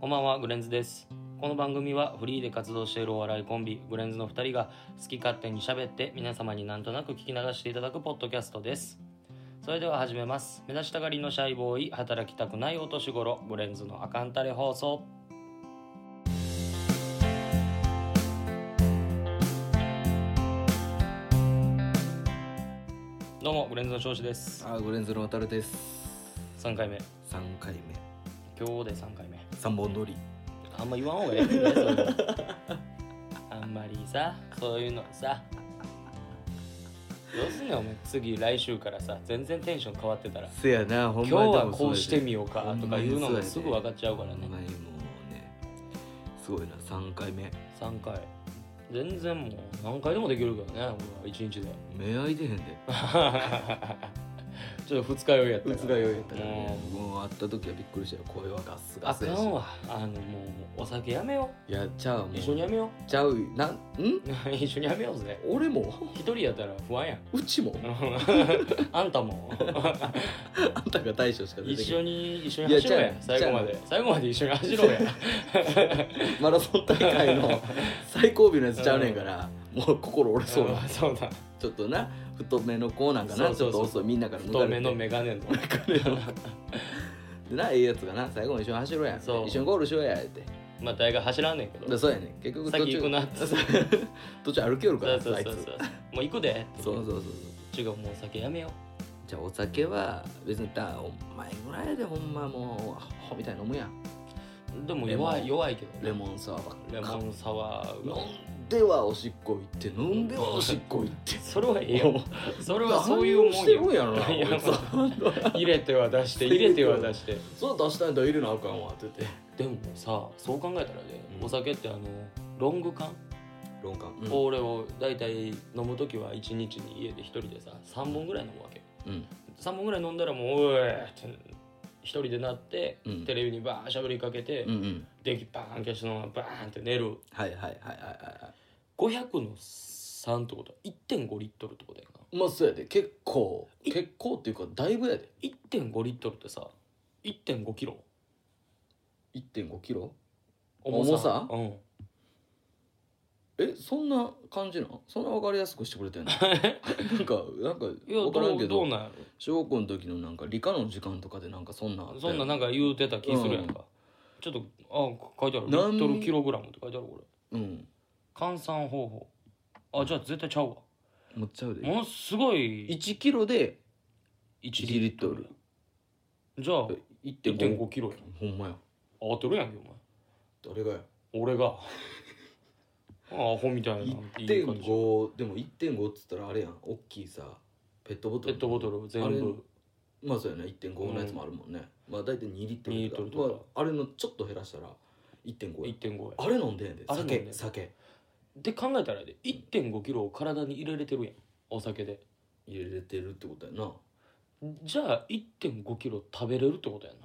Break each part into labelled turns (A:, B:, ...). A: こんばんは、グレンズです。この番組はフリーで活動しているお笑いコンビ、グレンズの2人が好き勝手に喋って皆様になんとなく聞き流していただくポッドキャストです。それでは始めます。目立ちたがりのシャイボーイ、働きたくないお年頃、グレンズのアカンタレ放送。どうも、グレンズの彰子です。
B: あーグレンズの渡るです
A: 3回目。
B: 3回目
A: 今日で3回目。
B: 3本撮り
A: あんま言わん方がええけどねそういうのあんまりさそういうのさどうすんねんお前次来週からさ全然テンション変わってたら
B: せやな
A: 今
B: ほん
A: 日
B: まに
A: はこうしてみよう
B: ほ
A: か
B: ん
A: と
B: ま
A: か
B: に
A: いうの
B: そうや
A: が
B: です
A: ぐ分かっちゃうから
B: ほんま
A: ね
B: にもうねすごいな3回目
A: 3回全然もう何回でもできるけどね俺は1日で
B: 目開いてへんで
A: ちょっと二日酔いやったから
B: 酔いやったらね
A: も
B: もう会った時はびっくりしたよ声はガスガ
A: あ
B: ス
A: か
B: やし
A: んわあのもうお酒やめよ
B: いやちゃうも
A: う
B: う
A: 一緒にやめよ
B: ちゃうなんん
A: う 一緒にやめようぜ
B: 俺も
A: 一人やったら不安やん
B: うちも
A: あんた も
B: あんたが大将しか出て
A: 一
B: けへん
A: 緒に一緒に走ろう
B: いや
A: や
B: ちゃう
A: 最後ま
B: ち
A: で最後まで一緒に走ろうや
B: マラソン大 会の最後尾のやつちゃうねんからもう心折れそうな
A: うん そうだ
B: ちょっとな太めの子なんか
A: そ
B: な
A: う
B: ち
A: そ
B: ょ
A: う
B: っ
A: そ
B: と
A: う
B: 遅いみんなから抜か
A: 太
B: れて
A: めのメガネの
B: でなええやつがな最後に一緒に走ろうやん
A: そう
B: 一緒にゴールしようやって
A: まあ大概走らんねんけど
B: でそうやねん結局途中
A: 先行くなって
B: 途中歩けよるか
A: そ
B: ら
A: うそう
B: あい
A: そ
B: つ
A: うそうもう行くで
B: そうそうそうそう
A: ちがもうお酒やめよ
B: じゃあお酒は別にだお前ぐらいやでほんまもうアホみたいに飲むやん
A: うでも
B: レモン
A: 弱い弱いけどね
B: レモンサワーばっか
A: レモンサワーが
B: 飲んではおしっこ行って飲んではおしっこ行って
A: それはええよそれはそういう
B: 何を
A: も
B: し
A: ん
B: てるん
A: よ
B: やろなこ
A: い
B: い
A: や
B: つは
A: 入れては出して入れては出して
B: そう出したいんだ入れなあかんわって言って
A: でもさそう考えたらね
B: うん
A: お酒ってあのロング缶
B: 論感
A: を俺を大体飲む時は1日に家で1人でさ3本ぐらい飲むわけ
B: うん
A: 3本ぐらい飲んだらもう「おい!」って一人でなって、
B: うん
A: テレビにバーンしゃぶりかけて、
B: うんうん
A: 電気バーン消したままバーンって寝る
B: はいはいはいはいはいはい
A: 500の3ってことは1.5リットルってことやな
B: まあそうやで結構結構っていうかだいぶやで
A: 1.5リットルってさ1.5キロ
B: 1.5キロ
A: 重
B: 重
A: さ
B: さ
A: うん
B: えそんな感じなんそんな分かりやすくしてく れてんのなんかなんか
A: いや
B: 分から
A: どう
B: んけ
A: どう
B: ど
A: なんや
B: 小学校の時のなんか理科の時間とかでなんかそんなあった
A: ろそ
B: よ
A: んななんか言うてた気するやんか、ちょっとあ書いてあるリ
B: 何
A: ットルキログラムって書いてあるこれ
B: うん
A: 換算方法あじゃあ絶対ちゃうわ
B: もっちゃうで
A: ものすごい
B: 1キロで
A: 1
B: 1リットル
A: じゃあ
B: 1.5
A: 1.5キロや
B: ほんまや
A: 当てるやんけお前
B: 誰がや
A: 俺 がアホみたいな言い方し
B: 1.5でも1.5っつったらあれやん大きいさペットボト
A: ペ
B: ル
A: ットボトル全部
B: まあそうやね1.5のやつもあるもんね、まあ大体2リットル
A: 2リットルとか
B: まあ、あれのちょっと減らしたら1.5や
A: 1.5や
B: あれ飲んでんやで
A: あれ飲んでん
B: 酒
A: ねん
B: 酒
A: で考えたらやで1.5キロを体に入れれてるやんお酒で
B: 入れてるってことやな
A: じゃあ1.5キロ食べれるってことやな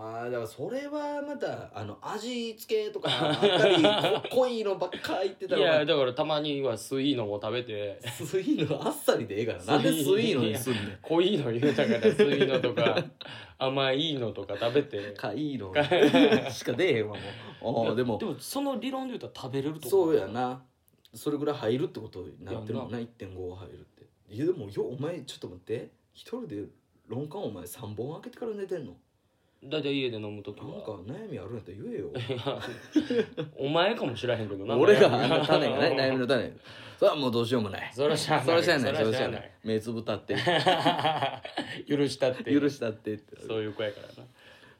B: あーだからそれはまたあの味付けと かあったりこ濃いのばっか言ってた
A: いや
B: ら
A: だからたまにはスイーのも食べて
B: スイーのあっさりでええからなんでスイーのにすんねん
A: 濃いの言うたからスイーのと か甘いのとか食べて
B: かいいの しか出えへんわもうあーでも
A: でもその理論で言うと食べれるってこと
B: そうやなそれぐらい入るってことになってるもんな1.5入るっていやでもよお前ちょっと待って一人で論間お前3本開けてから寝てんの
A: だいたい家で飲む時
B: な
A: は
B: んか悩みあるんやったら言えよ
A: お前かもしらへんけどな
B: 俺があんな種がね悩みの種それはもうどうしようもな い
A: そらしゃあない
B: それしゃあない
A: そ
B: そ
A: ら
B: れ
A: し
B: し
A: ゃ
B: ゃ
A: あ
B: あ
A: な
B: ないい目つぶたって
A: 許したって
B: 許したってって
A: そういう子やからな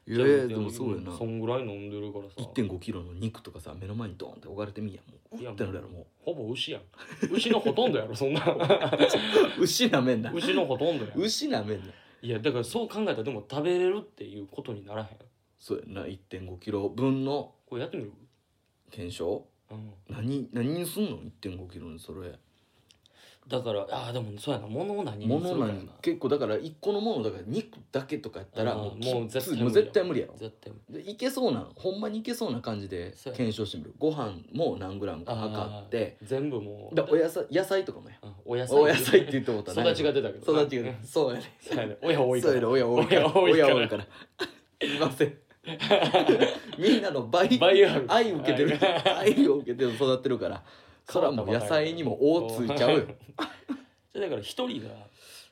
B: えーでもそうやな
A: そんぐらい飲んでるからさ
B: 1.5キロの肉とかさ目の前にドーンって置かれてみいやもう
A: いうや
B: ってなるやろも
A: ほぼ牛やん牛のほとんどやろそん な
B: う 牛なめんな
A: 牛のほとんどやん
B: 牛なめんない
A: やだからそう考えたらでも食べれるっていうことにならへん
B: そうやな1.5キロ分の
A: これやってみる、
B: 検証
A: うん、
B: 何何にすんの1.5キロにそれ
A: だからあーでもそうやな物を何にす
B: 物
A: るか
B: な
A: や
B: ん
A: な
B: 結構だから1個のものだから肉だけとかやったら
A: うん
B: もう
A: もう
B: きっつ
A: 絶対無理や
B: いもう絶対無理
A: 絶対
B: やろ
A: 無
B: でいけそうなほんまにいけそうな感じで
A: そうや
B: 検証してみるご飯も何グラムか測って
A: 理全部もう
B: だお野菜野菜とかもや
A: うんお野菜
B: お野菜って言ったことはない
A: 育ちが出たけど
B: 育ちが
A: うん
B: そうやね
A: そうやね親多いか
B: そう
A: ら
B: やね親多いから
A: 親多いから
B: 親多いからすいませんみんなの倍
A: 倍ある
B: 愛受けてる 愛を受けて育ってるからそらもう野菜にも「お」ついちゃうよ、
A: それだから一人が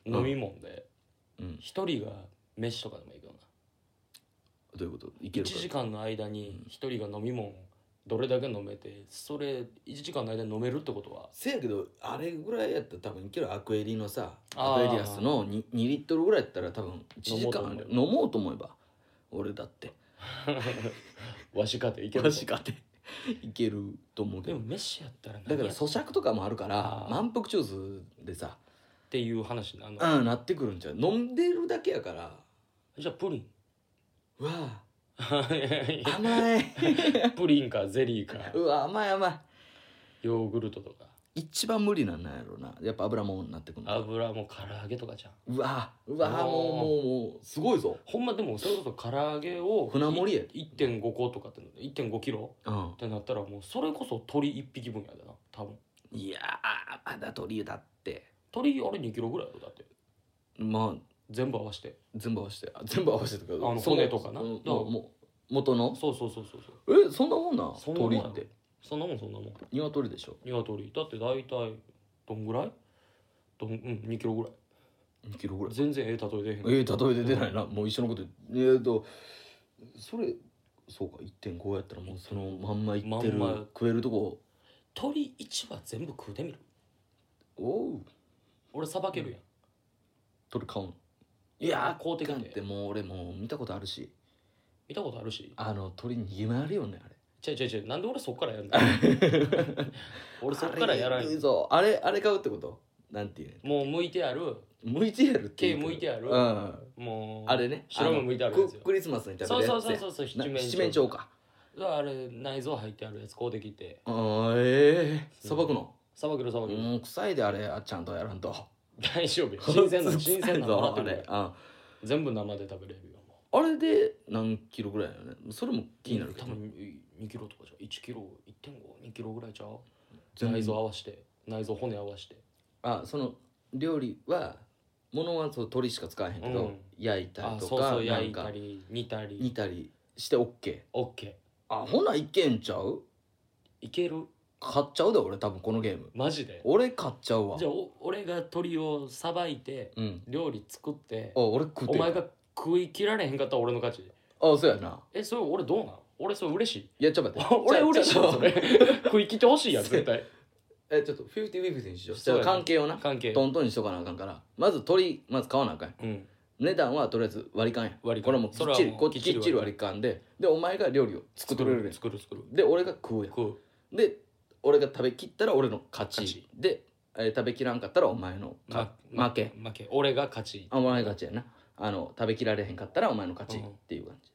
A: 飲み物で
B: うん、
A: 一人が飯とかでもいいけどな
B: どういうこといけ
A: 1
B: るか
A: 時間の間に一人が飲み物どれだけ飲めてそれ1時間の間に飲めるってことは
B: せやけどあれぐらいやったら多分いけるアクエリのさ
A: あー
B: アクエリアスの 2, 2リットルぐらいやったら多分1時
A: 飲
B: 間
A: もうと思えば
B: 飲もうと思えば俺だって
A: わしかていける
B: 確かでいけると思うけ
A: で
B: ど
A: も飯やったら何
B: だ
A: や
B: から
A: っ
B: 咀嚼とかもあるから
A: あー
B: 満腹中枢でさ
A: ていう話になるの
B: うんなってくるんちゃう飲んでるだけやから
A: じゃあプリン
B: うわ
A: い
B: ー甘い
A: やプリンかゼリーか
B: うわ甘い甘
A: ヨーグルトとか
B: い一番無理なんなんやろうなやっぱ油もんになってくるの
A: 油も唐揚げとかじゃん
B: うわーうわーもうもうもうすごいぞ
A: ほんまでもそれこそ唐揚げを
B: 船盛りや
A: い1.5個とかっての1.5キロ
B: うん
A: ってなったらもうそれこそ鳥1匹分やでな多分
B: いやーまだ鳥だって
A: 鳥あれ2キロぐらいよだって
B: まあ
A: 全部合わせて
B: 全部合わせてあ全部合わせてと
A: あの骨とかな
B: も
A: だから
B: うもう元の
A: そうそうそうそうそう
B: えそんなもんな
A: そんなもん
B: 鳥
A: や
B: って
A: そんなもんそんなもん
B: 鶏でしょ
A: 鶏だって大体どんぐらいどんうん2キロぐらい
B: 2キロぐらい
A: 全然ええ例え出へん
B: えー、例えて出ないなもう一緒のこと言うえー、とそれそうか1.5やったらもうそのまんまいってる
A: まんま
B: 食えるとこ
A: 鳥1羽全部食うてみる
B: おう
A: 俺さばけるやん
B: 鳥買うん
A: いやー買うてきて
B: なんてもう俺もう見たことあるし
A: 見たことあるし
B: あの鳥逃げ回るよねあれ
A: ちゃいちゃいちゃいなんで俺そっからやるんだ俺そっからやらん
B: あ
A: よ
B: れいいぞあれあれ買うってことなんていうね
A: もう向いてある
B: 向いてやるっていう
A: 毛向いてやる
B: うん
A: もう
B: あれね
A: 白目向いてあるやつよ
B: ククリスマスに食べるやつ
A: そうそうそう
B: う
A: そうそう
B: 七面鳥か
A: あれ内臓入ってあるやつこうできて
B: あーええさばくの
A: さばけるさばける、
B: もう臭いであれちゃんとやらんと
A: 大丈夫 よ新鮮なの新鮮なのもらっ
B: あ
A: てく
B: れ
A: れ
B: あ
A: 全部生で食べれるよも
B: あれで何キロぐらいなのねそれも
A: う
B: 気になるけ
A: 多
B: ど
A: 分い2キロとかじゃん1キロ1.52キロぐらいちゃう
B: 全部
A: 内臓合わせて内臓骨合わせて
B: あその料理はものはそう鶏しか使わへんけど、
A: うん
B: 焼いた
A: あ
B: りと
A: そう
B: か
A: そう
B: な
A: 焼
B: ん
A: い
B: か
A: たり煮た
B: 煮
A: り
B: たりして OK
A: オッケ
B: あほないけんちゃう
A: ーいける
B: 買っちゃうで俺多分このゲーム
A: マジで
B: 俺買っちゃうわ
A: じゃあお俺が鳥をさばいて
B: うん
A: 料理作って
B: あ俺食う
A: お
B: て
A: 前が食い切られへんかったら俺の勝ち
B: あそうやな
A: えそれ俺どうなん俺それ嬉しい
B: いやちょっと待って
A: 俺嬉しい
B: ちょ
A: わ
B: っと
A: それ 食い切ってほしいやん絶対
B: えちょっとフィフティフィフティにしよう
A: そうやな
B: 関係をな
A: 関係
B: トントンにしとかなあかんからまず鳥まず買わなあかんやん
A: うん
B: 値段はとりあえず割り勘やん
A: 割り勘
B: これはもうき
A: そ
B: っ
A: れは
B: ちり
A: も
B: こ
A: う
B: っ
A: き
B: ち
A: っちり
B: きっちり割り勘ででお前が料理を作ってくれるやん
A: 作る作る
B: で俺が食うやん
A: 食う
B: で俺が食べきったら俺の勝ち
A: 勝ち
B: で、えー食べきらんかったらお前のか負け
A: 負け俺が勝ち
B: あお前の勝ちやなあの食べきられへんかったらお前の勝ち
A: うん
B: っていう感じ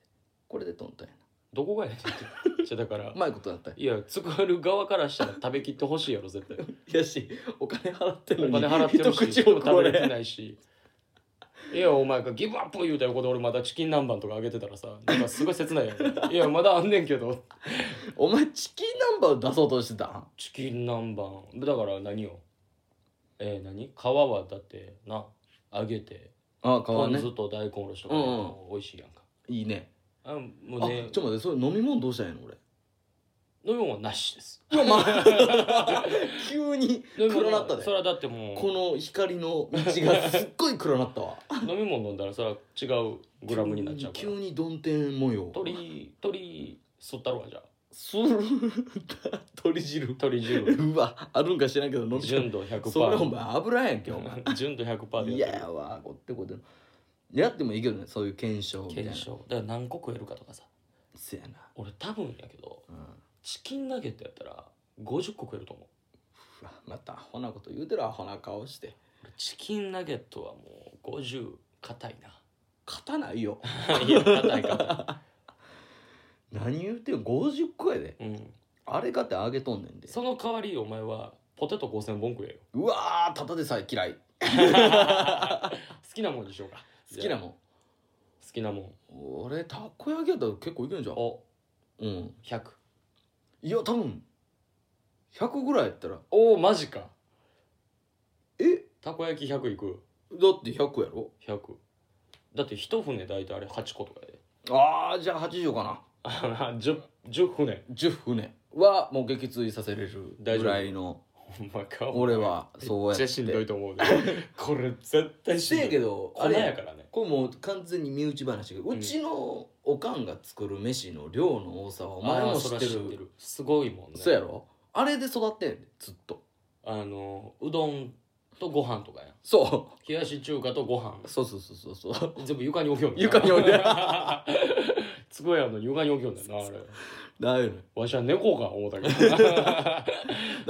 B: これでトントンや
A: どこがやねんってじゃあだから
B: なうまいことだったよ
A: いや作る側からしたら食べきってほしいやろ絶対
B: いやしお金払ってる
A: お
B: のに
A: 金払ってる
B: 一
A: し
B: 口
A: で
B: を
A: も
B: 食
A: 食
B: べ
A: べれ
B: れ
A: て
B: ない
A: ないしいやお前がギブアップ言うたよこで俺まだチキン南蛮とかあげてたらさなんかすごい切ないやんいやまだあんねんけど
B: お前チキンナンバー出そうとしてたん
A: チキン南蛮だから何よえー、何皮はだってな揚げて
B: ああ
A: ポ
B: わん
A: ン
B: ね
A: 酢と大根おろしとか
B: うんうん
A: 美味しいやんか、
B: いいね
A: あもう
B: あ
A: ね
B: ちょっと待ってそれ飲み物どうしたんやの俺
A: 飲み物はなしです
B: うわま急に
A: 飲み物
B: 黒なったで
A: それはだってもう
B: この光の道がすっごい黒なったわ
A: 飲み物飲んだらそれは違うグラムになっちゃうから
B: 急にどんてん模様
A: 鳥鳥吸ったろかじゃあ
B: する鳥汁
A: 鳥汁
B: うわあるんか知らんけど飲みたい
A: 純度100%
B: それお前油やんけお前
A: 純度100%で
B: 嫌やわこってことやってもいいけどねそういう検証みたいな
A: 検証だから何個食えるかとかさ
B: せやな、
A: 俺多分やけど
B: うん、
A: チキンナゲットやったら50個食えると思う
B: うわまたアホなこと言うてるアホな顔して
A: 俺チキンナゲットはもう50硬いな
B: 勝たないよ
A: いや硬い硬
B: 何言うてん50個やで
A: い、うん、
B: あれかってあげとんねんで
A: その代わりお前はポテト5000本食えよ
B: うわーただでさえ嫌い
A: 好きなもんにしようか
B: 好きな
A: じゃあ
B: もん
A: 好きなもん
B: 俺たこ焼きやったら結構いけるんじゃん
A: お
B: うん
A: 100
B: いや多分100ぐらいやったら
A: おおマジか
B: え
A: たこ焼き100いく
B: だって100やろ
A: 100だって一船大体あれ8個とかやで
B: ああじゃあ80かな
A: 十十船
B: 10船はもう撃墜させれるぐらいの
A: ほんまか
B: 俺はそう
A: めっ
B: やっ
A: ち
B: て
A: ゃしんどいと 思うでこれ絶対し
B: せ
A: んど
B: や
A: い
B: けどあ
A: 粉
B: れ
A: や
B: や
A: からね
B: これもう完全に身内話だけど、うちのおかんが作る飯の量の多さはお前
A: あ
B: も
A: ー
B: 知っ
A: そら
B: てる
A: すごいもんね
B: そうやろあれで育ってんねんずっと
A: あのうどんとご飯とかやん
B: そ
A: 冷やし中華とご飯
B: うそうそうそうそうそう
A: 全部床に置きよんねんな
B: 床に置いて
A: 机やのに床に置きよんねんなあれ
B: だよね
A: わしは猫か思ったけ ど
B: だ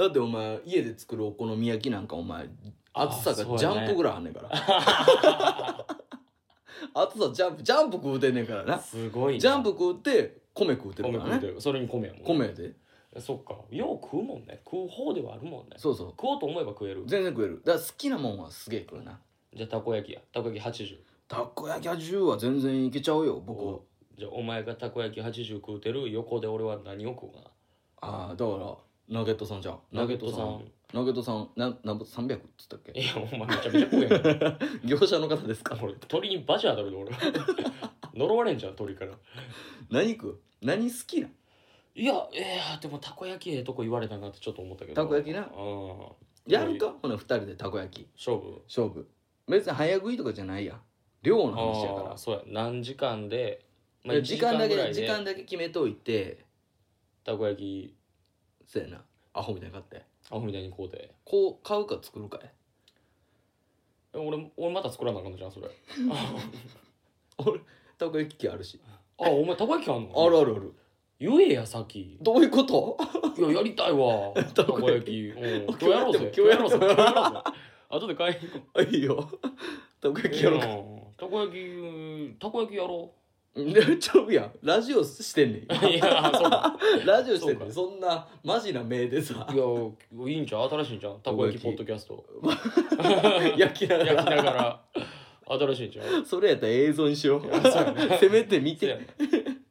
B: ってお前家で作るお好み焼きなんかお前厚さ
A: あそう
B: が
A: や
B: ジ
A: ね
B: ャンプぐらいあんねんから 厚さジャンプジャンプ食うてんねんからな
A: すごいな
B: ジャンプ食うて米食うて
A: 米
B: るか
A: 食
B: ら
A: うて
B: ね
A: るそれに米やもん
B: 米やで
A: そっかよう食うもんね食う方ではあるもんね
B: そうそう
A: 食おうと思えば食える
B: 全然食えるだから好きなもんはすげえ食うな
A: じゃあたこ焼きやたこ焼き80
B: たこ焼きは10は全然いけちゃうよ僕
A: おじゃあお前がたこ焼き80食うてる横で俺は何を食うか
B: ああだからナゲットさんじゃん
A: なナゲットさん
B: ナゲットさんななんぼ300っつったっけ
A: いやお前めちゃめちゃ食うやんか
B: 業者の方 ですか
A: 俺鳥にバチ当たるで俺 呪われんじゃん鳥から
B: 何食う何好きない
A: やいやでもたこ焼きええとこ言われたなってちょっと思ったけど
B: たこ焼きな
A: うん
B: やるかほな2人でたこ焼き
A: 勝負
B: 勝負別に早食いとかじゃないやん量の
A: あ
B: 話やから
A: ーそうや何時間で、まあ、
B: 時間だけ
A: 一ぐらい
B: 時間だけ決めといて
A: たこ焼き
B: そやなアホみたいに買って
A: アホみたいにこうて
B: こう買うか作るかや
A: え俺俺また作らなあかんのじゃんそれ
B: 俺たこ焼き器あるし
A: あお前たこ焼きあん
B: あ
A: の
B: るあるある
A: 言えやさっき
B: どういうこと
A: いや、やり たいわ。たこ焼き。うん今日やろうぜ。今
B: 今日
A: 日
B: や
A: や
B: ろ
A: ろ
B: う
A: う
B: ぜ
A: ぜ。今日やろうぜ。 後で買いに行こ
B: あいいよ。たこ
A: う。
B: 焼きやろうか。
A: うんたこ焼き、たこ焼きやろ
B: でちゃうやん。ラジオして んねん。
A: う。いや、そうか。
B: ラジオし
A: そ
B: てんね。
A: うんか
B: そんなマジな目で さ
A: い、や、いいんちゃう新しいんちゃうたこ焼き
B: たこ焼き
A: ポッドキャスト。
B: 焼きなが
A: 焼きな
B: ら。
A: がら。新しいんちゃう
B: それやったら映像に しよう。
A: そうやね
B: せめて見
A: そうや
B: て。
A: ね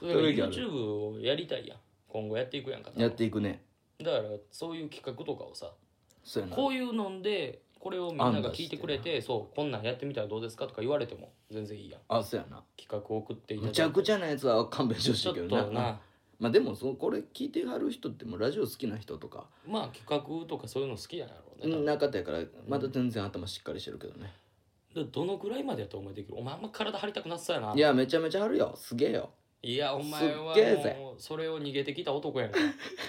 A: それから
B: たこ焼きあ
A: YouTube をやりたいやん。今後やっていくやんか。
B: やっていくね。
A: だから、そういう企画とかをさ、
B: そうやな。
A: こういうのんで、これをみんなが聞いてくれて、そう、こんなんやってみたらどうですかとか言われても全然いいやん。
B: あ、そうやな。
A: 企画を送っていただ
B: む
A: い
B: ち
A: て
B: ゃくちゃなやつは勘弁してほし
A: ちょ
B: い
A: っ
B: け
A: と
B: どな。
A: な
B: まあでも、そうこれ聞いてはる人ってもうラジオ好きな人とか、
A: まあ企画とかそういうの好きなんやろうね多分
B: なかったやから、まだ全然頭しっかりしてるけどね。
A: でどのぐらいまでやったらお前できるお前あんま体張りたくなさそうやない
B: いや、めちゃめちゃはるよ。すげえよ。
A: やお前
B: すっげえ
A: は
B: ぜ
A: もうそれを逃げてきた男 やん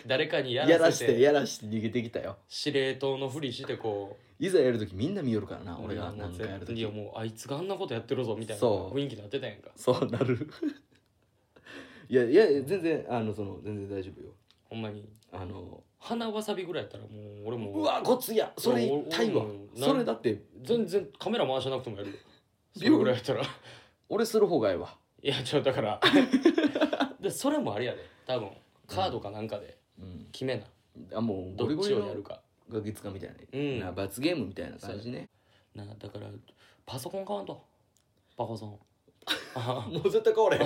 A: 誰かにや
B: や
A: ら
B: ら
A: せ
B: してて、やらして逃げてきたよ。
A: 司令塔のふりしてこ
B: いざやるときみんな見よるからな、
A: う
B: 俺がなんかやると
A: い
B: き
A: や。もうあいつがあんなことやってるぞみたいな
B: そう
A: 雰囲気になってたやんか
B: そうなる いやいや全然あのその全然大丈夫よ
A: ほんまに
B: あの
A: 花わさびぐらいやったらもう俺
B: う
A: も
B: わごついやそれ痛いわ
A: 俺もなん
B: それだって
A: 全然カメラ回しなくてもやる よそれぐらいやったらい
B: 俺する方がええわ、
A: やちょだからでそれもあれやで多分カードかなんかで
B: うん、
A: 決めな
B: あもう
A: ど
B: ゴリ
A: っ
B: ゴ
A: ち
B: リ
A: をやる
B: の
A: か
B: ガキつかみたいな,、
A: うん
B: な罰ゲームみたいな感じね
A: なだからパソコン買わんとパソコ ンあ
B: もう絶対変わ れへ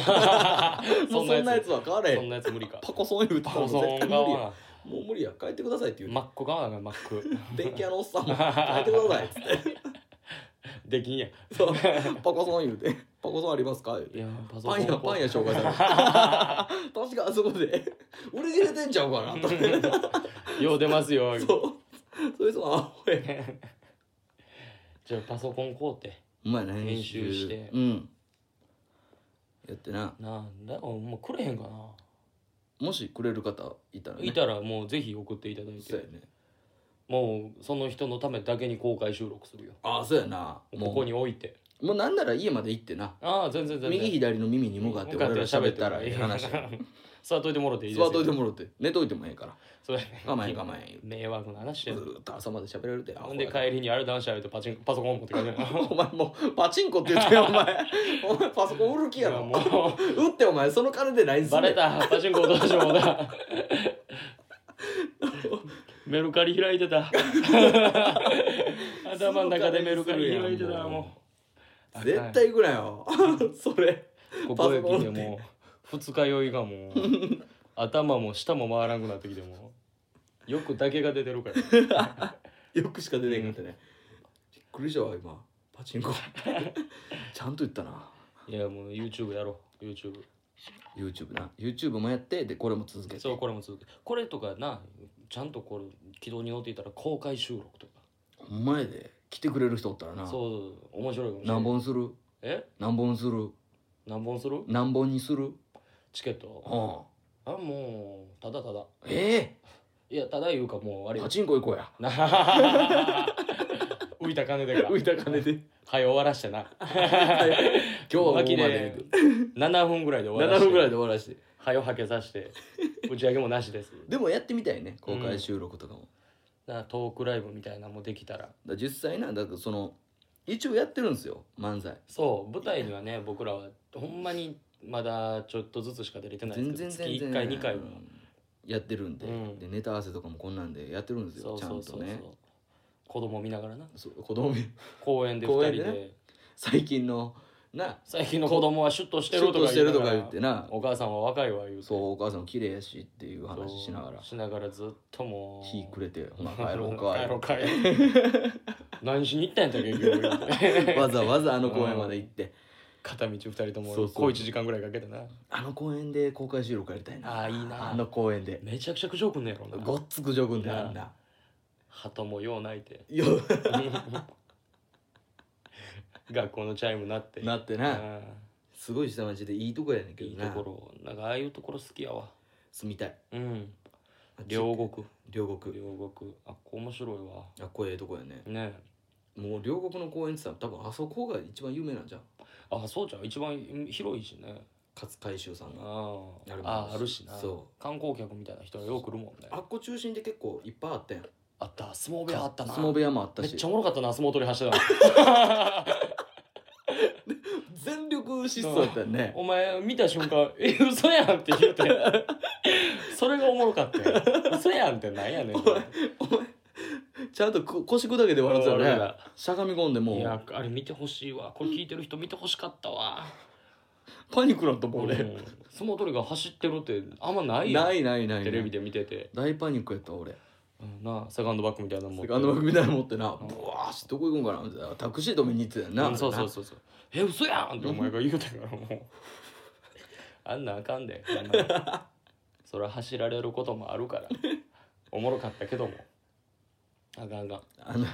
B: んもうそんなやつは変われへ
A: そん
B: ん
A: なやつ無理か
B: パコソン言うた
A: パ
B: らも
A: ソ
B: う
A: コン
B: 絶対
A: 買
B: 無理や
A: わ
B: もう無理や帰ってくださいって
A: な
B: 言う
A: マック買わなマック
B: 電気屋のおっさんも帰ってくださいっつって
A: できんやい
B: そうパコソン言うて「パコソンありますか?」言うて
A: やパソコ
B: パ
A: ン
B: ン屋パン屋紹介さ れる確かあそこで売り切れてんちゃうかなと思って
A: よう出ますよ
B: そうそれそのアホや
A: じゃあパソコン買うて
B: お前ね
A: 練習して
B: うんやってな
A: なんだおもうくれへんかな
B: もしくれる方いたらね
A: いたらもうぜひ送っていただい
B: そうや
A: て
B: ね
A: もうその人のためだけに公開収録するよ
B: ああそうやなもう
A: ここに置いて
B: もうなんなら家まで行ってな
A: ああ全然全然
B: 右左の耳に向かって俺ら喋ったらええ話や
A: 座っといてもろていいです
B: 座
A: よ
B: っといてもろって寝といてもええから
A: そうやね
B: 我慢へ我慢へ言
A: 迷惑な話して
B: うずーっと朝まで喋られてア
A: ほ
B: ホ
A: んで
B: や
A: 帰りにあれ男子あるとパチンパソコン持って帰る
B: お前もうパチンコって言ってよ お前お前パソコン売る気
A: い
B: や
A: や
B: ろ
A: も
B: 打ってお前その金でないん
A: う
B: すね
A: バレたパチンコどうしようもだメルカリ開いてた頭の中でメルカリ開いてたもう
B: 絶対行くなよ それ
A: こ
B: パ
A: こ
B: ソ
A: へ
B: コン
A: 来てもう二日酔いがもう頭も舌も回らんくなってきてもうよくだけが出てるから
B: よくしか出て へんかったね、びっくりしたわ今パチンコちゃんと言ったない
A: いやもう YouTube やろう YouTube
B: YouTube な YouTube もやってでこれも続けて
A: そうこれも続けこれとかなちゃんとこれ軌道に乗っていたら公開収録とか
B: お前で来てくれる人おったらな
A: そう面白いかもしれない
B: 何本する
A: え
B: 何本する
A: 何本する
B: 何本にする
A: チケット
B: うん
A: あもうただただ
B: え
A: いやただ言うかもうあ
B: え
A: れよ
B: パチンコ行こうや
A: な 浮いた金でか
B: 浮いた金で
A: はい終わらしてな
B: 今日はここま
A: 巻き
B: で
A: で7分ぐらいで終わら
B: 7
A: して
B: 分ぐらいで終わらして
A: はよはけさして打ち上げもなしです
B: でもやってみたいね公開収録とかも、
A: だからトークライブみたいなのもできたら
B: だから実際なだからその一応やってるんですよ漫才
A: そう舞台にはね僕らはほんまにまだちょっとずつしか出れてない
B: 全
A: ですけ
B: 然
A: ど
B: 全
A: 月1
B: 然
A: 回2回
B: う
A: は
B: んやってるんで,、
A: うん
B: でネタ合わせとかもこんなんでやってるんです
A: そ
B: よ
A: う
B: ちゃ
A: そ
B: ん
A: うそ
B: と
A: うそう
B: ね
A: 子供見ながらな
B: そう子供
A: 公園で2
B: 公
A: 人
B: 園
A: で
B: でね 最近のな
A: 最近の子供はシュッとし
B: シ
A: て
B: ュ
A: る
B: ッ
A: と
B: と
A: か
B: して
A: な
B: ると
A: が
B: から言ってな
A: お母さんは若いわ言うて
B: そうお母さんも綺麗やしっていう話しながら
A: そうしながらずっともう
B: 日くれて「ほな帰ろうか」
A: 帰ろうかい何しに行ったんやったっけ結局
B: わざわざあの公園まで行って
A: 片道2人とも
B: そうそう
A: 小1時間ぐらいかけてな
B: あの公園で公開収録やりたいな
A: ああいいな
B: あの公園で
A: めちゃくちゃ苦情くんねやろ
B: ご
A: な
B: っつくじょくんであんな
A: 鳩もよう泣いて
B: よ
A: 学校のチャイムなって
B: なってなすごい下町でいいとこやねん
A: うん
B: け
A: いい
B: ど
A: と
B: な
A: ころなんかああいうところ好きやわ
B: 住みたい
A: うん両国
B: 両国
A: 両国あっこ面白いわ
B: あっこええとこやね
A: ね
B: もう両国の公園ってさ多分あそこが一番有名なんじゃん
A: えあそうじゃん一番広いしね
B: 勝海舟さんが
A: あ
B: あるもん
A: ああるしな
B: そ
A: 観光客みたいな人がよう来るもんね
B: あっこ中心で結構いっぱいあったやん
A: あった相撲部屋あったな
B: 相撲部屋もあった
A: め
B: し
A: っちゃおもろかったな相撲取り走ってたの
B: 全力疾走やったよね
A: お前見た瞬間「 え嘘やん」って言うて それがおもろかったよ嘘やんってなんやねん
B: お前お前ちゃんとこ腰砕けで笑ってた
A: 俺
B: ね
A: ら
B: しゃがみ込んでも
A: いうやあれ見てほしいわこれ聞いてる人見てほしかったわ
B: パニックなんと思う
A: うん
B: 俺
A: 相撲取りが走ってるってあんまないやん
B: ないないない
A: テレビ
B: で
A: で見てて、
B: 大パニックやった俺
A: うんなセカンドバッグみたいなの持っ
B: セ
A: て
B: カンドバッグみたいなの持ってなブワーッどこ行こうかなみたいなタクシー止めに行ってたよな
A: うんそうそう
B: そ
A: そうそうえ嘘やんってお前が言うたからもう あんなんあかんであん なそれは走られることもあるからおもろかったけどもあかんあかん
B: うあの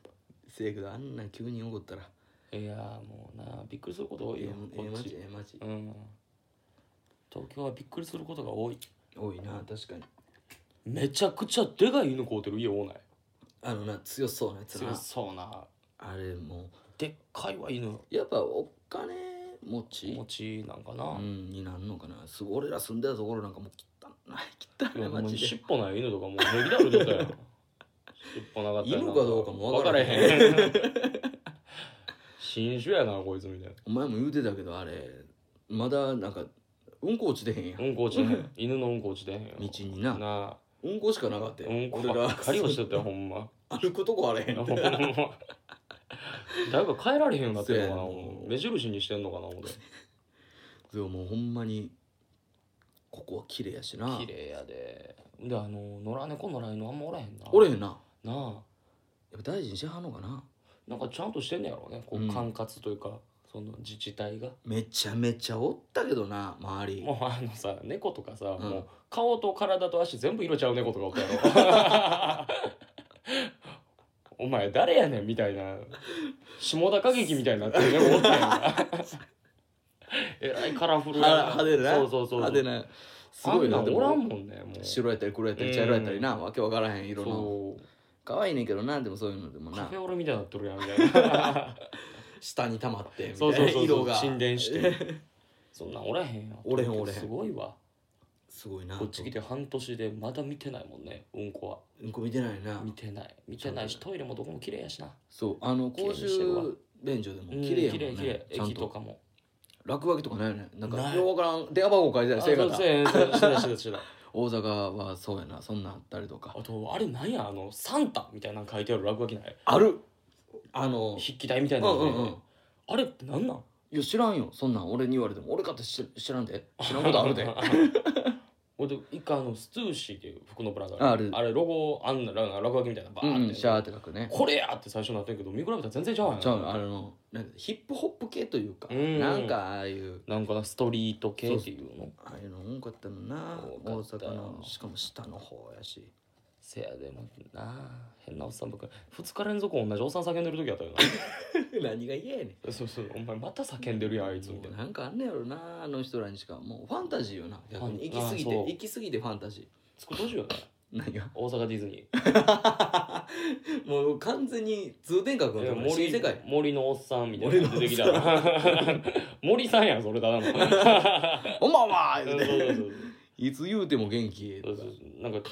B: せやけどあんなん急に怒ったら
A: いやーもうなびっくりすること多い
B: え
A: よ
B: え
A: こ
B: え
A: っ
B: マ
A: ち
B: ジええマジ
A: うん東京はびっくりすることが多い
B: 多いな確かに
A: めちゃくちゃでかい犬飼うてる家多ない
B: あのな強そうなやつ
A: 強
B: な
A: そうな
B: あれも
A: でっかいわ犬
B: うやっぱお金持ち
A: 持ちなんかな、
B: うんになんのかなすごい俺ら住んでたところなんかもう汚い
A: いや
B: 汚い
A: もう
B: マジで
A: 尻尾ない犬とかもうネギダルとったやん尻尾なかったらな
B: 犬かどうかも分からへん
A: 分からへん新種やなこいつみた い
B: お前も言うてたけどあれまだなんかうんこ落ちてへんやん
A: なうんこ落ちてへん犬のうんこ落ちてへんよ
B: 道にな
A: なあ
B: うんこしかなかったよ
A: うんこ
B: 俺
A: ば
B: ら
A: っかりをしてたよほんま
B: 歩くとこあれへん
A: ほ
B: っ
A: んま
B: て
A: だいぶ帰られへんようになってるのかな
B: そうやな
A: もう目印にしてんのかな思て
B: でももうほんまにここは綺麗やしな
A: 綺麗やでであの野良猫野良犬あんまおらへんな
B: おれへんな
A: なあ
B: やっぱ大事にしはんのかな
A: なんかちゃんとしてんねやろうねこ
B: う
A: うん管轄というか、その自治体が
B: めちゃめちゃおったけどな周り
A: もうあのさ猫とかさ、
B: ん
A: もう顔と体と足全部色ちゃう猫とかおったや ろお前誰やねんみたいな下田歌劇みたいになってる猫おったやんかえらいカラフル
B: は派手な
A: そうそうそう
B: 派手なす
A: すご
B: ごい
A: いな
B: な
A: おらんもんねもう
B: 白やったり黒やったり茶色やったりな、わけわからへん色の
A: そう
B: 可愛いねんけどなでもそういうのでも
A: カ
B: な
A: フェオレみたいになってるやんみたい な
B: 下に溜まってみた
A: そう
B: い
A: そう
B: な
A: そう
B: 色が
A: 沈殿してそんなんおらへんよ
B: おれへんおれへん
A: すごいわ
B: すごいな
A: こっち来て半年でまだ見てないもんねうんこは
B: うんこ見てないな
A: 見てない見てないしトイレもどこも綺麗やしな
B: そうあの
A: 綺麗
B: 公
A: にしてるわ
B: 衆便所でも
A: うん
B: 綺麗や
A: 綺
B: も
A: 麗
B: ん
A: 綺
B: ね
A: 麗
B: ちゃん
A: 駅と
B: と
A: かも
B: 落書きとかないよねなん
A: な
B: か
A: い
B: ようわからん電話番号書いてたりせえか
A: あ
B: っ
A: そう
B: た
A: そうそうしてたしてたして た
B: 大阪はそうやなそんなんあったりとか
A: あとあれなんやあのサンタみたいなの書いてある落書きない
B: あるあの
A: 筆記体みた
B: う
A: い
B: ん
A: なの
B: う
A: ね
B: んうん
A: あれってなんなん
B: いや知らんよそんなん俺に言われても俺かって知知らんで知らんことあるで
A: な俺で一回あのストゥーシーっていう服のブランド
B: ある
A: あれロゴあんなら落書きみたいなバ
B: うん
A: ー
B: うん
A: って
B: シャーって書くね
A: これやって最初になったんやけど見比べたら全然ちゃうやん
B: ちゃうのあのなんかヒップホップ系というか
A: うん
B: なんかああいう
A: なんかなストリート系っていうの
B: ああいうの多かったのな大
A: 多かったよ
B: 阪のしかも下の方やし
A: せやでもな変なおっさんばっかり2日連続同じおっさん叫んでる時あったよ
B: 何が嫌やねん
A: なそうそうお前また叫んでるやんあいつみたいな
B: なんかあんねやろなあの人らにしかもうファンタジーよな逆に
A: フ
B: 行
A: ァン
B: き過ぎ
A: あ
B: て
A: そう
B: 行き過ぎてファンタジ
A: 作ってほしいよね
B: ー何が
A: 大阪ディズニ
B: もう完全に通天閣
A: ーいや
B: の新
A: 森
B: 世界
A: 森のおっさんみたいなの出てきた
B: 森のおっ
A: ら 森さんやんそれただの
B: 「おまわ!」
A: そう
B: 言う
A: そう
B: て
A: そう
B: いつ言うても元気
A: そう
B: と
A: そ
B: か
A: うなんか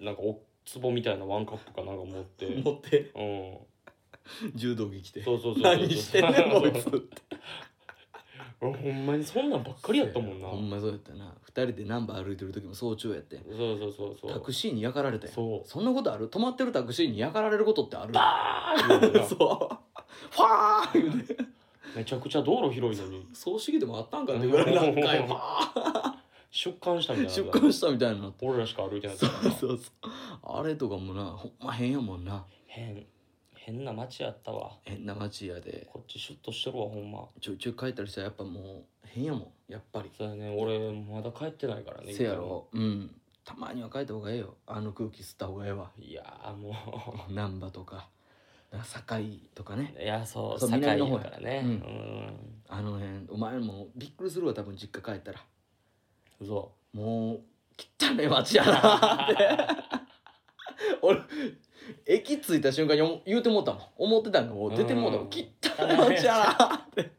A: なんかお壺みたいなワンカップかなんか持ってうん
B: 持って柔道着着て
A: そうそうそうそう
B: 何してんねんこ いつ
A: 俺ほんまにそんなんばっかりやったもんな
B: ほんまそうやったな二人でナンバー歩いてる時も早朝やって
A: そうそうそうそう
B: タクシーにやかられたよ
A: そう
B: そんなことある止まってるタクシーにやかられることってある
A: バーンってなる
B: そうファー言うて
A: めちゃくちゃ道路広いのに
B: 葬式でもあったんかってぐら い何回も
A: 出棺したみたいな
B: 出棺したみたいな
A: 俺らしか歩いてない
B: そうそうそうあれとかもなほんま変やもんな
A: 変変な街やったわ
B: 変な街やで
A: こっちシュッとしてるわほんま
B: ちょいちょい帰ったりしたらやっぱもう変やもんやっぱり
A: そうやね俺まだ帰ってないからね
B: せやろうんたまには帰った方がええよあの空気吸った方がええわ
A: いやーも
B: 難波とか堺とかね
A: う いやそう
B: そう
A: 堺
B: 南の方
A: や
B: や
A: からね
B: うん
A: うん
B: あの辺お前もびっくりするわ多分実家帰ったら
A: 嘘
B: もう汚い街やなって 俺駅着いた瞬間にお言うてもうたもん思ってたのもう出てもうたも
A: うん
B: ん汚い街やなって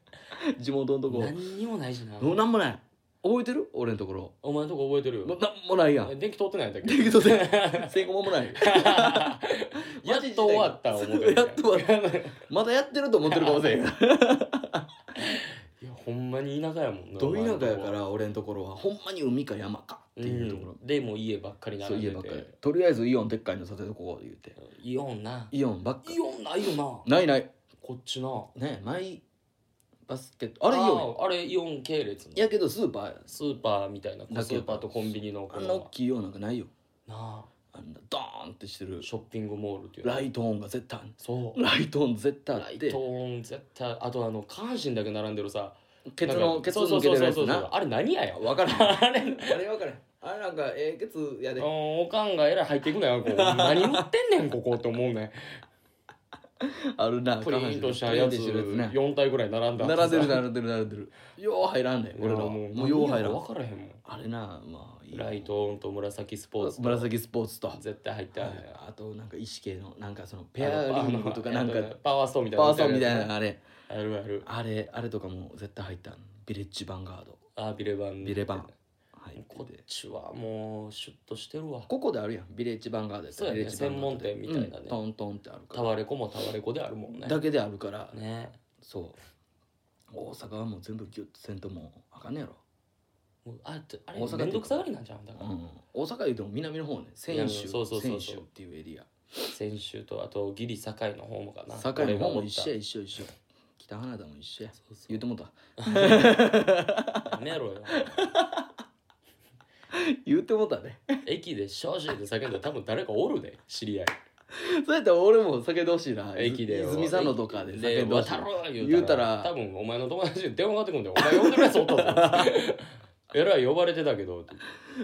B: 地元のとこ
A: 何にもないしな
B: もうなんもない覚えてる俺のところ
A: お前のとこ覚えてる
B: もう
A: よ
B: なんもないや
A: え
B: ん
A: 電気通ってないんだっけ
B: 適当で成功もない
A: やっと終わった思って
B: やっと終わった
A: たい
B: まだやってると思ってるかもし れんよ
A: やほんまに田舎やもんな
B: ど田舎やから俺のところはほんまに海か山かっていうところ
A: ん、でもう家ばっかり
B: そう
A: 並ん
B: 家
A: で
B: ばっかり
A: て
B: とりあえずイオンでっかいの建てとこう言うて
A: イオンな
B: イオンばっか
A: イオンないよな
B: ないない
A: こっちな
B: ねマイバスケットあれイオン
A: ンあれイオン系列の
B: ややけどスーパーや
A: スーパーみたいな
B: だ
A: ス
B: けど
A: ーパーとコンビニのこ
B: あ
A: うん
B: な大きいイオンなんかないよ
A: なあ
B: あんなドーンってしてる
A: ショッピングモールっていうの
B: ライトオンが絶対あん
A: そう
B: ライトオン絶対あ
A: ラ
B: っ
A: イ
B: て
A: トーン絶対あとあの下半身だけ並んでるさ
B: ケツ
A: なん
B: の
A: か
B: ケツ
A: そう
B: 抜けてるやつ
A: そうそうそうそう
B: な
A: あれ何やや
B: 分からん
A: あれうん
B: あれ分からんあれなんかええケツやで
A: おかんがえらい入っていくなよこう何言ってんねんここって思うね
B: あるな
A: プリンとしたやつ
B: プリンとしてるやつね
A: 4体ぐらい並んだ
B: 並んでる並んでる並んでるよう入らんねん俺らは
A: もう
B: もうよう入らん
A: 分からへんもん
B: あれなまあいい
A: ライトオンと紫スポーツと
B: 紫スポーツと
A: 絶対入ってあるね
B: あとなんか意識系のなんかそのペアリングとかなんか
A: あのパワーストーンみたい
B: パ
A: な
B: ワーソンみたい
A: や
B: なあれ
A: つねあるある
B: あれあれとかも絶対入ったんビレッジヴァンガード
A: あビレバン
B: ビレバン入
A: こっ
B: っ
A: て
B: て
A: ちはもうシュッとしてるわ
B: ここであるやんビレッジヴァンガードやった
A: そうやね
B: ビレッジヴァンガードで
A: 専門店みたいなね
B: うんトントンってあるか
A: タ
B: ら
A: ワレコもタワレコであるもんね
B: だけであるから
A: ね
B: そう大阪はもう全部ギュッとせんともうあかんねやろ
A: もうああれ
B: 大阪って
A: めんどくさがりなんじゃうんだか
B: う
A: ら、
B: ん大阪いうても南の方ね泉州
A: 南そうそうそうそう
B: 泉州っていうエリア
A: 先週とあとギリ堺の方もかな
B: 堺の方も
A: 俺が思った
B: 一緒や一緒一緒北花田も一緒や
A: そうそう
B: 言うてもうた
A: やめろよ
B: 言うてもうたね
A: 駅で「少子」って叫んだら多分誰かおるで知り合い
B: そうやったら俺も叫んでほしいな
A: 駅でよ
B: 泉佐野とかで
A: 駅
B: 叫んでほしい
A: 渡ろう
B: 言うたら
A: 多分お前の友達に電話がかかってくるんだよお前呼んでる やつおった ぞえらい呼ばれてたけどって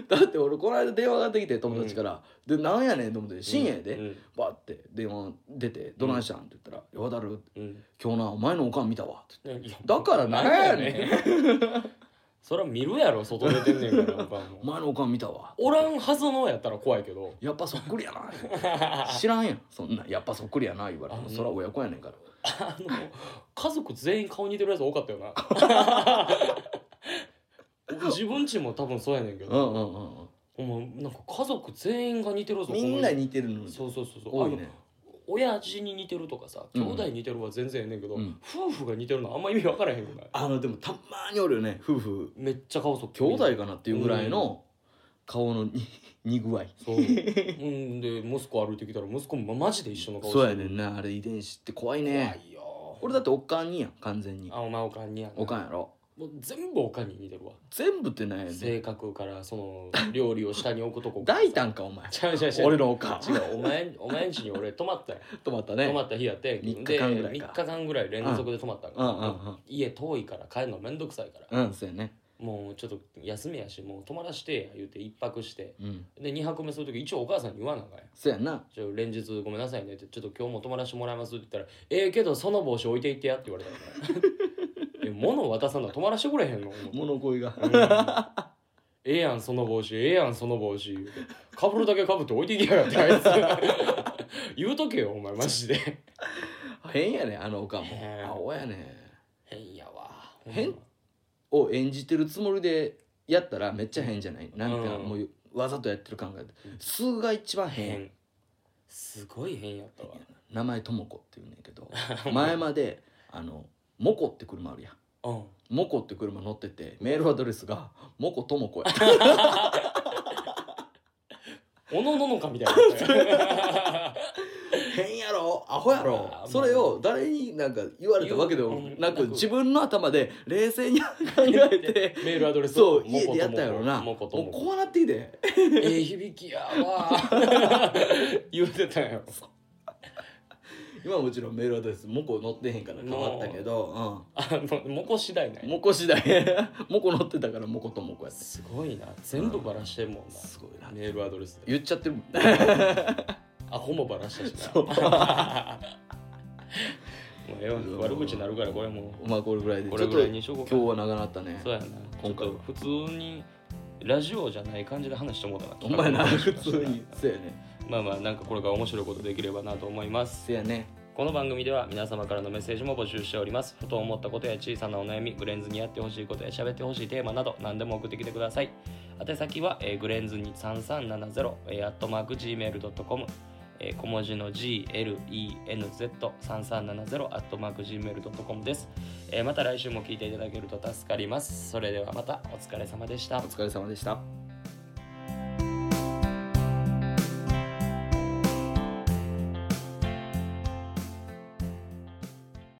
B: だって俺この間電話がかってきて友達から「でなんやねん」と思って深夜やで、
A: うん
B: バッて電話出て「どないしたん?」って言ったら「よだる
A: うん
B: 今日なお前のおかん見たわ」って
A: うんいや
B: だからなんやね
A: そりゃ見るやろ外出てんねんからやっぱも
B: 「
A: う
B: お前のおかん見たわ
A: おらんはずのやったら怖いけど」
B: やっぱそっくりやな 知らんやんそんなんやっぱそっくりやな言われ
A: あ
B: てそら親子やねんから
A: あの家族全員顔似てるやつ多かったよな 自分ちも多分そうやねんけ
B: う
A: ど、
B: んうんうんうん
A: お前なんか家族全員が似てるぞ
B: みんな
A: に
B: 似てるのに
A: そうそうそうそう
B: 多いね
A: あの親父に似てるとかさ
B: うん
A: 兄弟似てるは全然ええねんけど、
B: うん
A: 夫婦が似てるのあんま意味分からへんくない
B: あのでもたまにおるよね夫婦
A: めっちゃ顔そっく
B: 兄
A: り
B: 弟かなっていうぐらいの顔のに似具合
A: そううんで息子歩いてきたら息子もマジで一緒の顔して
B: そうやねんなあれ遺伝子って怖いね
A: 怖いよ
B: 俺だっておっかんにやん完全に
A: あお前おかんにやな
B: おかんやろ
A: もう全部おかんに似てるわ
B: 全部ってなんやねん
A: 性格からその 料理を下に置くとこ
B: 大胆かお前
A: ちゃうちゃうちゃう
B: 俺のおかん
A: 違うお前お前んちに俺泊まったよ
B: 止ま ったね
A: 泊まった日やって
B: 三日間ぐらいか
A: 3日間ぐらい連続で泊まったんか
B: うん
A: ら
B: うんうん
A: 家遠いから帰るのめんどくさいから、
B: うんそうやね
A: もうちょっと休みやしもう泊まらしてや言うて一泊して
B: うん
A: で2泊目する時一応お母さんに言わなあかんやん
B: そうやんな
A: ちょ連日ごめんなさいねってちょっと今日も泊まらせてもらいますって言ったら「ええけどその帽子置いていってや」って言われたから いや物渡さんだ泊まらしてくれへんの思って
B: 物乞い が
A: ええやんその帽子ええやんその帽子言うてかぶるだけかぶって置いていきやがってあいつ言うとけよお前マジで
B: 変やねあのおかんも
A: 変
B: 青やね
A: 変やわ
B: 変を演じてるつもりでやったらめっちゃ変じゃないなんか
A: うん
B: もうわざとやってる感が数が一番変
A: 変すごい変やったわ
B: 名前ともこ っていうんだけど前まであのモコって車あるやん
A: うん
B: モコって車乗っててメールアドレスがモコともこやった
A: おのののかみたいな
B: 変やろアホやろ
A: あー
B: それを誰になんか言われたわけでもな
A: 言うう
B: く
A: ん
B: 自分の頭で冷静に 考えて
A: メールアドレス
B: そう
A: もこともこ
B: 家でやったやろなも
A: も
B: う
A: こともこ
B: こうなってきて
A: ええ響きやわ言うてたんやろ
B: 今もちろんメールアドレスモコ乗ってへんから変わったけど、
A: あのもこ次第な
B: うんん、
A: や
B: モコ次第 モコ乗ってたからモコとモコやって
A: すごいな全部バラしてるもん
B: すごい
A: な
B: な
A: メールアドレスで
B: 言っちゃってるもんね
A: アホもバラしたしな
B: そ
A: も
B: う
A: うええわ悪口になるからこれも
B: まあこれぐらいで
A: うこ
B: ちょ
A: れ
B: っ
A: ぐ
B: と
A: らいにしとこうか
B: 今日は長なったね
A: そうやな
B: 今回
A: ちょっと
B: は
A: 普通にラジオじゃない感じで話してもうたな
B: お前 な普通にそうやね
A: まあまあなんかこれから面白いことできればなと思います
B: そうやね
A: この番組では皆様からのメッセージも募集しておりますふと思ったことや小さなお悩みグレンズにやってほしいことや喋ってほしいテーマなど何でも送ってきてください宛先は、えーグレンズに3370えーアットマーク Gmail.com えー小文字の GLENZ3370 アットマーク Gmail.com です、えーまた来週も聞いていただけると助かりますそれではまたお疲れ様でした
B: お疲れ様でした